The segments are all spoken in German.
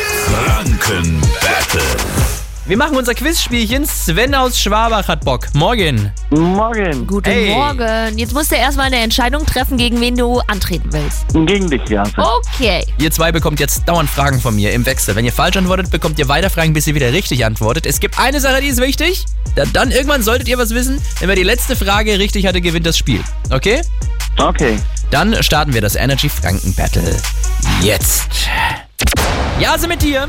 Franken. Wir machen unser Quizspielchen. Sven aus Schwabach hat Bock. Morgen. Morgen. Guten Hey. Morgen. Jetzt musst du erstmal eine Entscheidung treffen, gegen wen du antreten willst. Gegen dich, ja. Okay. Ihr zwei bekommt jetzt dauernd Fragen von mir im Wechsel. Wenn ihr falsch antwortet, bekommt ihr weiter Fragen, bis ihr wieder richtig antwortet. Es gibt eine Sache, die ist wichtig. Da, dann irgendwann solltet ihr was wissen. Wenn wer die letzte Frage richtig hatte, gewinnt das Spiel. Okay? Okay. Dann starten wir das Energy Franken Battle. Jetzt. Ja, sind mit dir.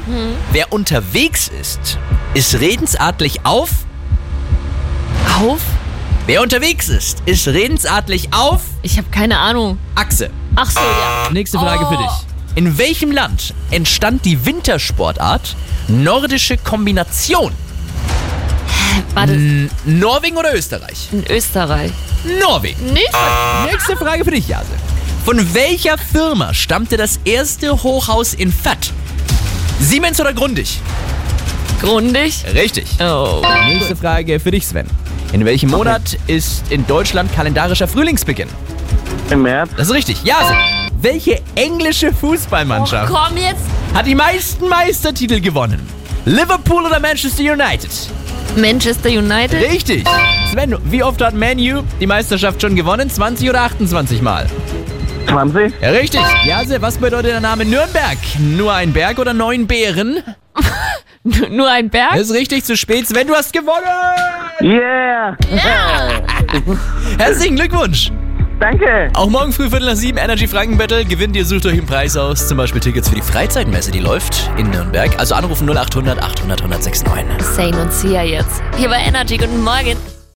Wer unterwegs ist, ist redensartlich auf. Auf? Wer unterwegs ist, ist redensartlich auf Ich habe keine Ahnung. Achse. Ach so, ja. Nächste Frage für Oh. dich. In welchem Land entstand die Wintersportart nordische Kombination? Warte, N Norwegen oder Österreich? in Österreich. Norwegen. Nicht? Nächste Frage für dich, Jase. Von welcher Firma stammte das erste Hochhaus in Fett? Siemens oder Grundig? Grundig. Richtig. Oh. Nächste Frage für dich, Sven. In welchem Monat ist in Deutschland kalendarischer Frühlingsbeginn? Im März. Das ist richtig. Jase. Welche englische Fußballmannschaft Oh, Komm jetzt. hat die meisten Meistertitel gewonnen? Liverpool oder Manchester United? Manchester United. Richtig. Sven, wie oft hat Manu die Meisterschaft schon gewonnen? 20 oder 28 Mal? 20. Ja, richtig. Jase, was bedeutet der Name Nürnberg? Nur ein Berg oder neun Bären? Nur ein Berg. Das ist richtig, zu spät. Sven, du hast gewonnen. Yeah. Herzlichen Glückwunsch. Danke. Auch morgen früh Viertel nach sieben Energy Franken Battle. Gewinnt ihr, sucht euch einen Preis aus. Zum Beispiel Tickets für die Freizeitmesse, die läuft in Nürnberg. Also anrufen 0800 800 1069. Sehen uns hier jetzt. Hier bei Energy. Guten Morgen.